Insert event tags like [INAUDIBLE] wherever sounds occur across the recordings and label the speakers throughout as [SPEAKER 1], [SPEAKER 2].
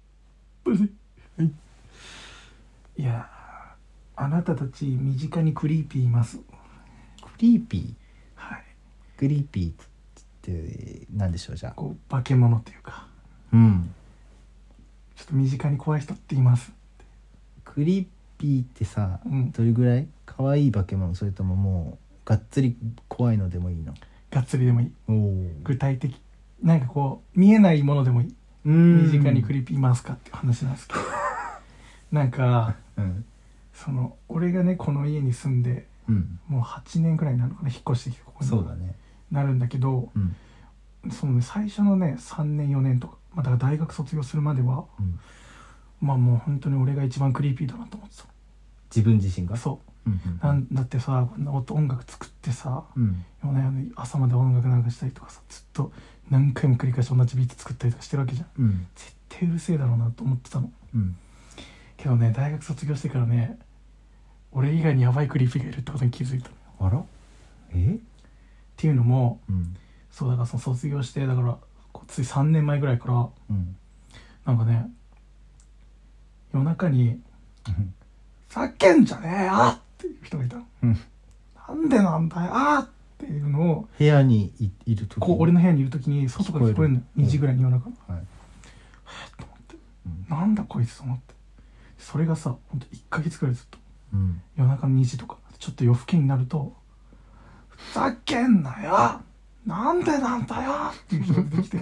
[SPEAKER 1] ぱりはいいやーあなたたち身近にクリーピーいます
[SPEAKER 2] クリーピー
[SPEAKER 1] はい
[SPEAKER 2] クリーピーって何でしょうじゃあ
[SPEAKER 1] こう化け物というか
[SPEAKER 2] うん
[SPEAKER 1] ちょっと身近に怖い人っています
[SPEAKER 2] クリーピーってさ、
[SPEAKER 1] うん
[SPEAKER 2] どれぐらい可愛い化け物それとももうがっつり怖いのでもいいの
[SPEAKER 1] がっつりでもいい
[SPEAKER 2] おお
[SPEAKER 1] 具体的なんかこう見えないものでもいい身
[SPEAKER 2] 身
[SPEAKER 1] 近にクリーピーいますかっていう話なんですけどなんか
[SPEAKER 2] うん
[SPEAKER 1] その俺がねこの家に住んで
[SPEAKER 2] うん
[SPEAKER 1] もう8年くらいになるのかな引っ越してきてここに
[SPEAKER 2] そうだね
[SPEAKER 1] なるんだけど
[SPEAKER 2] うん
[SPEAKER 1] そのね最初のね3年4年とか、まあ、だから大学卒業するまでは
[SPEAKER 2] うん
[SPEAKER 1] まあもう本当に俺が一番クリーピーだなと思って
[SPEAKER 2] 自分自身
[SPEAKER 1] た
[SPEAKER 2] が、
[SPEAKER 1] そう
[SPEAKER 2] うんうん、
[SPEAKER 1] うなんだってさこんな音音楽作ってさ
[SPEAKER 2] うん
[SPEAKER 1] 夜な夜な朝まで音楽なんかしたりとかさずっと何回も繰り返し同じビート作ったりとかしてるわけじゃん
[SPEAKER 2] うん
[SPEAKER 1] 絶対うるせえだろうなと思ってたの
[SPEAKER 2] うん
[SPEAKER 1] けどね大学卒業してからね俺以外にヤバいクリーピーがいるってことに気づいたのっ
[SPEAKER 2] あらえ
[SPEAKER 1] ていうのも
[SPEAKER 2] うん
[SPEAKER 1] そうだからその卒業してだからこうつい3年前ぐらいから
[SPEAKER 2] うん
[SPEAKER 1] なんかね夜中に「叫んじゃねえよ!」っていう人がいたの
[SPEAKER 2] うん
[SPEAKER 1] なんでなんだよっていうのを
[SPEAKER 2] 部屋にいいる時
[SPEAKER 1] こう俺の部屋にいる時に外から聞こえるの
[SPEAKER 2] 聞こえる
[SPEAKER 1] 2時ぐらいに夜中の
[SPEAKER 2] はい
[SPEAKER 1] と思って
[SPEAKER 2] うん
[SPEAKER 1] なんだこいつと思ってそれがさほんと1ヶ月ぐらいずっと
[SPEAKER 2] うん
[SPEAKER 1] 夜中の2時とかちょっと夜更けになると「ふざけんなよなんでなんだよ!」っていう人が出て
[SPEAKER 2] [LAUGHS]
[SPEAKER 1] きて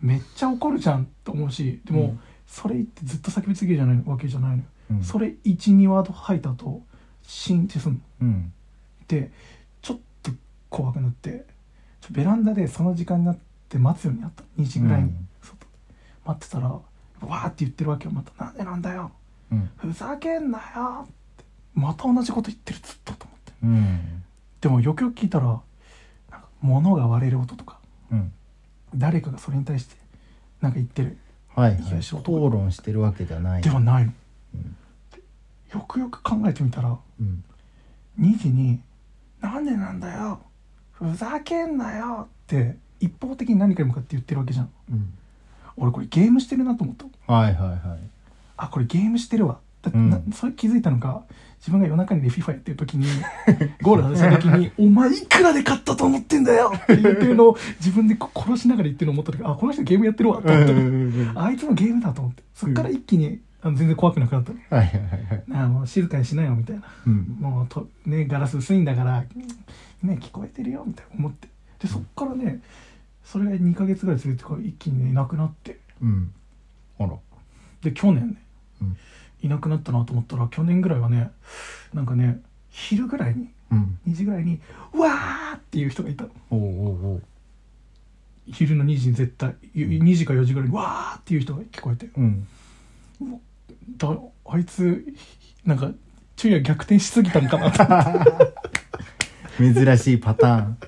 [SPEAKER 1] めっちゃ怒るじゃんと思うしでも、
[SPEAKER 2] うん
[SPEAKER 1] それ言ってずっと叫び続けるじゃないわけじゃないのよ、
[SPEAKER 2] うん
[SPEAKER 1] それ12ワード吐いた後シーンってすんの
[SPEAKER 2] うん
[SPEAKER 1] でちょっと怖くなってちょベランダでその時間になって待つようになった2時ぐらいに、
[SPEAKER 2] うん
[SPEAKER 1] 外で待ってたらわーって言ってるわけよまた「なんでなんだよ
[SPEAKER 2] うん
[SPEAKER 1] ふざけんなよ」ってまた同じこと言ってるずっとと思って
[SPEAKER 2] うん
[SPEAKER 1] でもよくよく聞いたらなんか物が割れる音とか
[SPEAKER 2] うん
[SPEAKER 1] 誰かがそれに対してなんか言ってる
[SPEAKER 2] はいはい
[SPEAKER 1] いや
[SPEAKER 2] 討論してるわけではない
[SPEAKER 1] ではないの、
[SPEAKER 2] うん
[SPEAKER 1] よくよく考えてみたら
[SPEAKER 2] うん
[SPEAKER 1] 2時に「なんでなんだよふざけんなよ」って一方的に何かに向かって言ってるわけじゃん
[SPEAKER 2] うん
[SPEAKER 1] 俺これゲームしてるなと思った
[SPEAKER 2] はいはいはい
[SPEAKER 1] あこれゲームしてるわだって、
[SPEAKER 2] うん
[SPEAKER 1] なそれ気づいたのが自分が夜中にね FIFA やってる時に [LAUGHS] ゴール外した時に「お前いくらで勝ったと思ってんだよ!」って言ってるのを自分でこう殺しながら言ってるのを思った時あこの人ゲームやってるわと思って、あいつもゲームだと思ってそっから一気にあの全然怖くなくなったの
[SPEAKER 2] はいはいはいはい
[SPEAKER 1] なあもう静かにしなよみたいな
[SPEAKER 2] うん
[SPEAKER 1] もうと、ね、ガラス薄いんだから、ね、聞こえてるよみたいな思ってでそっからねそれが2ヶ月ぐらい続いてから一気にねいなくなって
[SPEAKER 2] うんあら
[SPEAKER 1] で去年ね
[SPEAKER 2] うん
[SPEAKER 1] いなくなったなと思ったら去年ぐらいはねなんかね昼ぐらいに
[SPEAKER 2] うん
[SPEAKER 1] 2時ぐらいに「うわー!」っていう人がいたの
[SPEAKER 2] おうおうおう
[SPEAKER 1] 昼の2時に絶対2時か4時ぐらいに「わー!」っていう人が聞こえて
[SPEAKER 2] うん
[SPEAKER 1] だあいつなんか昼夜逆転しすぎたんかなと思って
[SPEAKER 2] 珍しいパター [LAUGHS] ン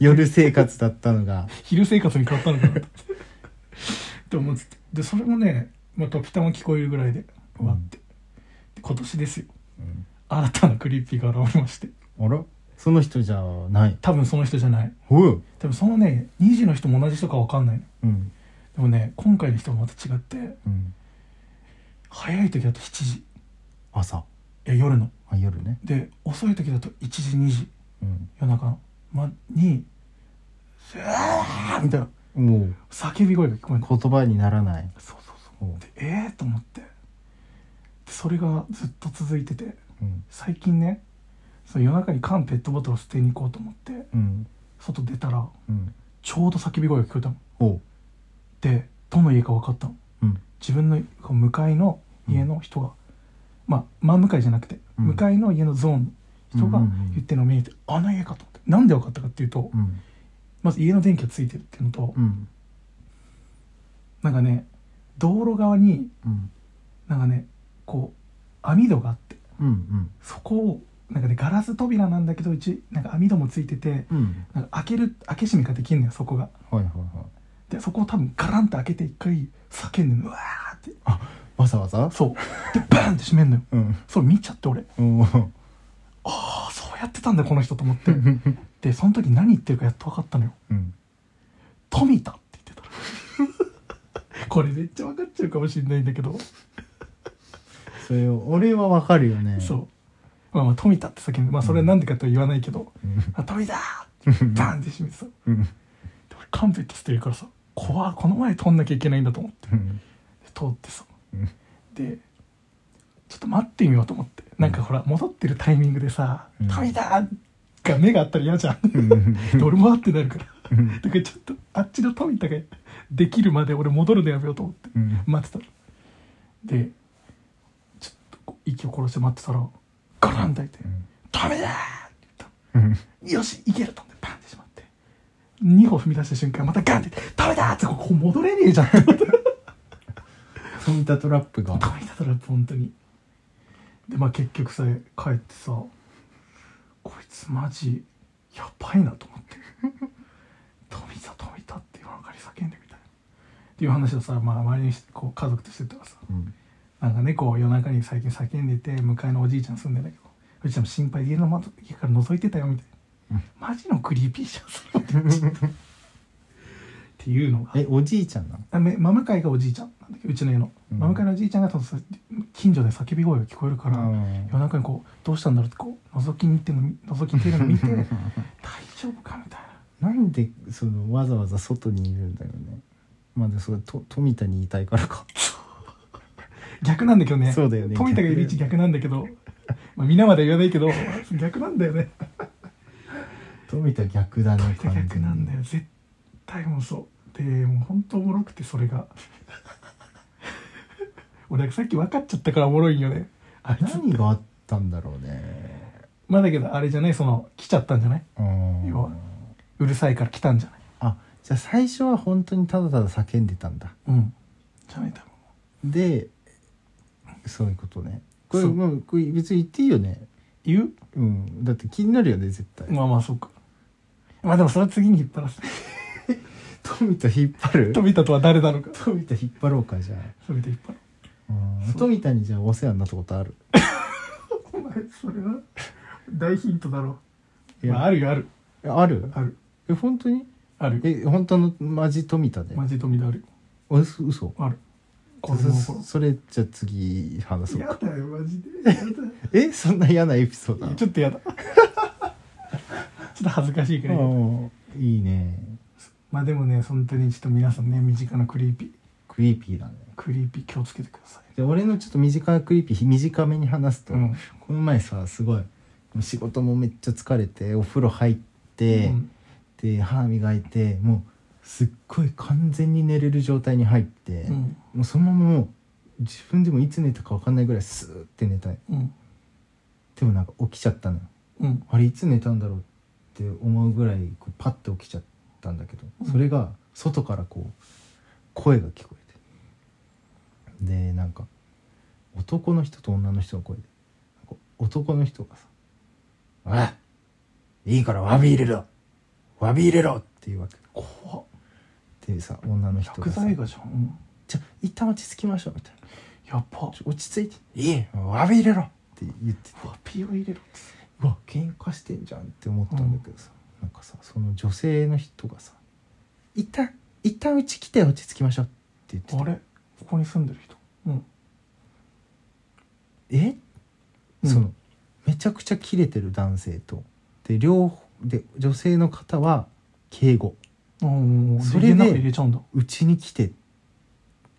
[SPEAKER 2] 夜生活だったのが
[SPEAKER 1] 昼生活に変わったのかなと思って [LAUGHS] って思っててでそれもねまあ時たま聞こえるぐらいで終わって、で今年ですよ
[SPEAKER 2] うん
[SPEAKER 1] 新たなクリーピーが現れまして
[SPEAKER 2] あらその人じゃない
[SPEAKER 1] 多分その人じゃない
[SPEAKER 2] おう
[SPEAKER 1] でもそのね2時の人も同じ人か分かんないの
[SPEAKER 2] うん
[SPEAKER 1] でもね今回の人もまた違って
[SPEAKER 2] うん
[SPEAKER 1] 早い時だと7時い
[SPEAKER 2] 朝
[SPEAKER 1] や夜の
[SPEAKER 2] あ夜ね
[SPEAKER 1] で遅い時だと1時2時
[SPEAKER 2] うん
[SPEAKER 1] 夜中の、ま、に「うわー!」みたいな
[SPEAKER 2] もう
[SPEAKER 1] 叫び声が聞こえる
[SPEAKER 2] 言葉にならない
[SPEAKER 1] そうそうそ
[SPEAKER 2] おう
[SPEAKER 1] うでええー、と思ってでそれがずっと続いてて
[SPEAKER 2] うん
[SPEAKER 1] 最近ねその夜中に缶ペットボトルを捨てに行こうと思って
[SPEAKER 2] うん
[SPEAKER 1] 外出たら
[SPEAKER 2] うん
[SPEAKER 1] ちょうど叫び声が聞こえたの
[SPEAKER 2] おう
[SPEAKER 1] でどの家か分かったの
[SPEAKER 2] うん
[SPEAKER 1] 自分のこう向かいの家の人が、まあ真向かいじゃなくて、
[SPEAKER 2] うん
[SPEAKER 1] 向かいの家のゾーンの人が
[SPEAKER 2] うんうんうん
[SPEAKER 1] 言ってるのを見えて、あの家かと思ってなんで分かったかっていうと、
[SPEAKER 2] うん
[SPEAKER 1] まず家の電気がついてるっていうのと、
[SPEAKER 2] うん
[SPEAKER 1] なんかね道路側に
[SPEAKER 2] うん
[SPEAKER 1] なんかねこう網戸があって
[SPEAKER 2] うん
[SPEAKER 1] そこをなんかねガラス扉なんだけどうちなんか網戸もついてて
[SPEAKER 2] うんうん
[SPEAKER 1] なんか開ける開け閉めができんのよそこが
[SPEAKER 2] はいはいはい
[SPEAKER 1] でそこを多分ガランと開けて一回叫んでんのうわーって
[SPEAKER 2] わざわざ
[SPEAKER 1] そうでバーンって閉めんのよ
[SPEAKER 2] うん
[SPEAKER 1] それ見ちゃって俺
[SPEAKER 2] おう
[SPEAKER 1] ああそうやってたんだこの人と思 [LAUGHS] ってでその時何言ってるかやっと分かったのよ
[SPEAKER 2] うん
[SPEAKER 1] [LAUGHS] 「富田」って言ってた今これめっちゃ分かっちゃうかもしれないんだけど、
[SPEAKER 2] それを俺はわかるよね
[SPEAKER 1] そうまあまあ富田って先にまあそれはなんでかとは言わないけど
[SPEAKER 2] うん
[SPEAKER 1] 「あ富田!」ってバンって閉めてさで
[SPEAKER 2] うん
[SPEAKER 1] 俺勘弁って捨てるからさ怖っこの前通んなきゃいけないんだと思って
[SPEAKER 2] うん
[SPEAKER 1] 通ってさ
[SPEAKER 2] うん
[SPEAKER 1] でちょっと待ってみようと思ってなんかほら戻ってるタイミングでさ
[SPEAKER 2] う
[SPEAKER 1] 「
[SPEAKER 2] ん
[SPEAKER 1] 富田!」が目があったら嫌じゃんで俺もあってなるからだからちょっとあっちの富田ができるまで俺戻るのやめようと思って
[SPEAKER 2] うん
[SPEAKER 1] 待ってたのでちょっとこう息を殺して待ってたらガランと開いて「ダメだ!」って言った
[SPEAKER 2] うん
[SPEAKER 1] のよしいけると思ってパンってしまって2歩踏み出した瞬間またガンって「ダメだ!」ってここ戻れねえじゃんって思って
[SPEAKER 2] 富田トラップが
[SPEAKER 1] 富田トラップ本当にでまあ結局さ帰ってさこいつマジやばいなと思って「富田富田」って今ばかり叫んでみたいなっていう話をさ、まあ、周りにしこう家族としてたらさ
[SPEAKER 2] うん
[SPEAKER 1] なんか猫を夜中に最近叫んでて向かいのおじいちゃん住んでんだけどおじいちゃんも心配で家の窓家から覗いてたよみたいな、マジのクリーピーじゃんそれっていうのが
[SPEAKER 2] えおじいちゃんなの
[SPEAKER 1] あめ真向かいがおじいちゃんなんだけどうちの家の、
[SPEAKER 2] うん
[SPEAKER 1] 真向かいのおじいちゃんが多分さ近所で叫び声が聞こえるから、
[SPEAKER 2] うん
[SPEAKER 1] 夜中にこうどうしたんだろうってこう覗きに行っても覗きに行ってるの
[SPEAKER 2] [LAUGHS]
[SPEAKER 1] 見て大丈夫かみたいな
[SPEAKER 2] なんでそのわざわざ外にいるんだよねまあでもそれと富田に言いたいからか
[SPEAKER 1] 逆なんだけどね
[SPEAKER 2] そうだよね
[SPEAKER 1] 富田がいる位置逆なんだけど、まあ、皆までは言わないけど [LAUGHS] 逆なんだよ
[SPEAKER 2] [LAUGHS]
[SPEAKER 1] ね
[SPEAKER 2] 富田逆だね
[SPEAKER 1] トイレ逆なんだよ
[SPEAKER 2] 完
[SPEAKER 1] 絶対もうそうでもうほんとおもろくてそれが [LAUGHS] 俺さっき分かっちゃったからおもろいんよねあい
[SPEAKER 2] 全
[SPEAKER 1] つ
[SPEAKER 2] に何があったんだろうね
[SPEAKER 1] まあだけどあれじゃないその来ちゃったんじゃない
[SPEAKER 2] うん
[SPEAKER 1] 要はうるさいから来たんじゃない
[SPEAKER 2] あじゃあ最初は本当にただただ叫んでたんだ
[SPEAKER 1] うんじゃない多分
[SPEAKER 2] でそういうことねこれ
[SPEAKER 1] そう
[SPEAKER 2] もうこれ別に言っていいよね
[SPEAKER 1] 言
[SPEAKER 2] うんだって気になるよね絶対、
[SPEAKER 1] うまあまあそうかまあでもそれは次に引っ張らせて
[SPEAKER 2] 富田引っ張る
[SPEAKER 1] 富田とは誰なのか
[SPEAKER 2] 富田引っ張ろうかじゃ
[SPEAKER 1] 富田引っ張る
[SPEAKER 2] あ、うん
[SPEAKER 1] そう
[SPEAKER 2] 富田にじゃあお世話になったことある
[SPEAKER 1] お前それは大ヒントだろ、
[SPEAKER 2] いうや
[SPEAKER 1] まあ、あるよある
[SPEAKER 2] えある
[SPEAKER 1] ある
[SPEAKER 2] え本当に
[SPEAKER 1] ある
[SPEAKER 2] え本当のマジ富田で
[SPEAKER 1] マジ富田ある
[SPEAKER 2] お嘘嘘
[SPEAKER 1] ある子供の
[SPEAKER 2] そ
[SPEAKER 1] 頃
[SPEAKER 2] それじゃあ次話そう
[SPEAKER 1] や
[SPEAKER 2] か
[SPEAKER 1] だよマジでやだ
[SPEAKER 2] えそんな嫌なエピソードなの
[SPEAKER 1] ちょっとやだちょっと恥ずかしいくらいだ
[SPEAKER 2] うんいいね
[SPEAKER 1] まあでもね本当にちょっと皆さんね身近なクリーピー
[SPEAKER 2] クリーピーだね
[SPEAKER 1] クリーピー気をつけてください
[SPEAKER 2] で俺のちょっと短いクリーピー短めに話すと、
[SPEAKER 1] うん
[SPEAKER 2] この前さすごい仕事もめっちゃ疲れてお風呂入って、
[SPEAKER 1] うん
[SPEAKER 2] で歯磨いてもうすっごい完全に寝れる状態に入って、
[SPEAKER 1] うん
[SPEAKER 2] もうそのままもう自分でもいつ寝たか分かんないぐらいスーって寝たい
[SPEAKER 1] うん
[SPEAKER 2] でもなんか起きちゃったのよ
[SPEAKER 1] うん
[SPEAKER 2] あれいつ寝たんだろうって思うぐらいこうパッて起きちゃったんだけど、
[SPEAKER 1] うん
[SPEAKER 2] それが外からこう声が聞こえてでなんか男の人と女の人の声でなんか男の人がさ「おいいいから詫び入れろ詫び入れろ!」っていうわけ
[SPEAKER 1] 怖っ
[SPEAKER 2] でさ女の人
[SPEAKER 1] 薬
[SPEAKER 2] がさ
[SPEAKER 1] 剤がじゃん、うん、
[SPEAKER 2] じゃあ一旦落ち着きましょう」みたいな
[SPEAKER 1] やっぱ
[SPEAKER 2] 「落ち着いていい詫び入れろ!」って言ってて
[SPEAKER 1] うわピーを入れろって
[SPEAKER 2] うわ喧嘩してんじゃんって思ったんだけどさ、なんかさその女性の人がさ「一旦一旦うち来て落ち着きましょう」って言って
[SPEAKER 1] あれ
[SPEAKER 2] た
[SPEAKER 1] ここに住んでる人うん
[SPEAKER 2] え、
[SPEAKER 1] うん
[SPEAKER 2] そのめちゃくちゃキレてる男性とで両方で女性の方は敬語
[SPEAKER 1] うんうん
[SPEAKER 2] それで
[SPEAKER 1] 中入れちゃうんだ、
[SPEAKER 2] 「うちに来て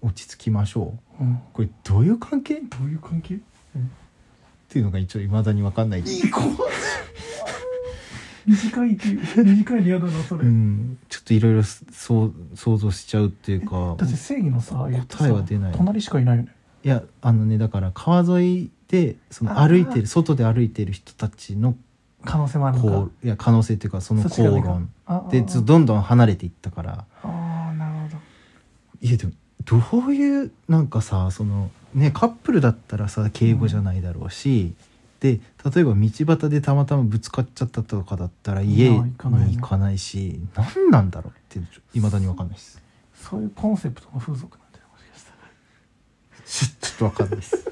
[SPEAKER 2] 落ち着きましょう
[SPEAKER 1] うん、」
[SPEAKER 2] これどういう関係っ
[SPEAKER 1] どういう関係、うん、
[SPEAKER 2] ていうのが一応いまだに分かんない、
[SPEAKER 1] いい子短いっていう短いの嫌だなそれ、
[SPEAKER 2] うん、ちょっといろいろ想想像しちゃうっていうか
[SPEAKER 1] だって正義のさやつさ
[SPEAKER 2] 答えは出ない
[SPEAKER 1] 隣しかいないよね
[SPEAKER 2] いやあのねだから川沿いでその
[SPEAKER 1] あー
[SPEAKER 2] 歩いてる外で歩いてる人たちの
[SPEAKER 1] 可能性もあるのか
[SPEAKER 2] こういや可能性というかその
[SPEAKER 1] そっ
[SPEAKER 2] 口
[SPEAKER 1] ちが上か
[SPEAKER 2] 論
[SPEAKER 1] ああ
[SPEAKER 2] でずどんどん離れていったから
[SPEAKER 1] ああなるほ
[SPEAKER 2] いやでもどういうなんかさそのねカップルだったらさ敬語じゃないだろうし、で例えば道端でたまたまぶつかっちゃったとかだったら家
[SPEAKER 1] い
[SPEAKER 2] に
[SPEAKER 1] や行かないね
[SPEAKER 2] 行かないし何なんだろうっていまだに分かんないです
[SPEAKER 1] ど
[SPEAKER 2] [LAUGHS]
[SPEAKER 1] そういうコンセプトの風俗なんじゃないもしかしたら
[SPEAKER 2] ちょちょっと分かんないです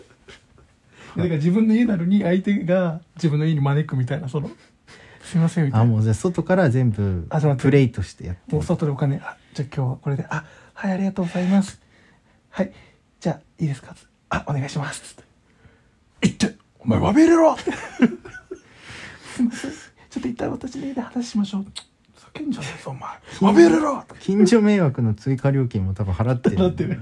[SPEAKER 1] だから自分の家なのに相手が自分の家に招くみたいなそのすいませんみたい
[SPEAKER 2] あ
[SPEAKER 1] な
[SPEAKER 2] もうじゃあ外から全部
[SPEAKER 1] あちょっと待って
[SPEAKER 2] プレイとしてやって
[SPEAKER 1] も
[SPEAKER 2] る
[SPEAKER 1] う外でお金あじゃあ今日はこれであはいありがとうございますはいじゃあいいですかつってあお願いしますつって言ってお前わびれろってすいませんちょっと一旦私の家で話しましょうふざけんじゃねえぞお前わびれろって
[SPEAKER 2] 近所迷惑の追加料金も多分払って
[SPEAKER 1] 払って [LAUGHS] る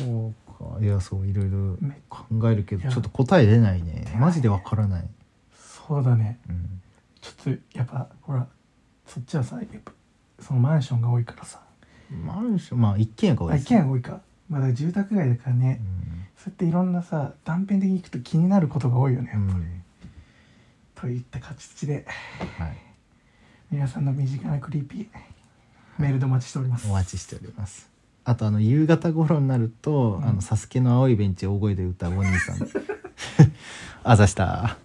[SPEAKER 2] そうかいやそういろいろ
[SPEAKER 1] めっこ
[SPEAKER 2] 考えるけ
[SPEAKER 1] い
[SPEAKER 2] ど
[SPEAKER 1] や
[SPEAKER 2] ちょっと答え出ないね
[SPEAKER 1] 出ない
[SPEAKER 2] マジでわからない、
[SPEAKER 1] そうだね
[SPEAKER 2] うん、
[SPEAKER 1] ちょっとやっぱほらそっちはさやっぱそのマンションが多いからさ
[SPEAKER 2] マンションまあ一軒家が多い
[SPEAKER 1] あ一軒家が多いかまあだから住宅街だからね、そうやっていろんなさ断片的に行くと気になることが多いよね、
[SPEAKER 2] うん、うん
[SPEAKER 1] といった形で
[SPEAKER 2] はい、
[SPEAKER 1] 皆さんの身近なクリーピーメールでお待ちしております
[SPEAKER 2] お待ちしておりますあとあの夕方頃になる
[SPEAKER 1] う
[SPEAKER 2] と「
[SPEAKER 1] ん
[SPEAKER 2] [LAUGHS] あのサスケの青いベンチ」大声で歌うお兄さんあざした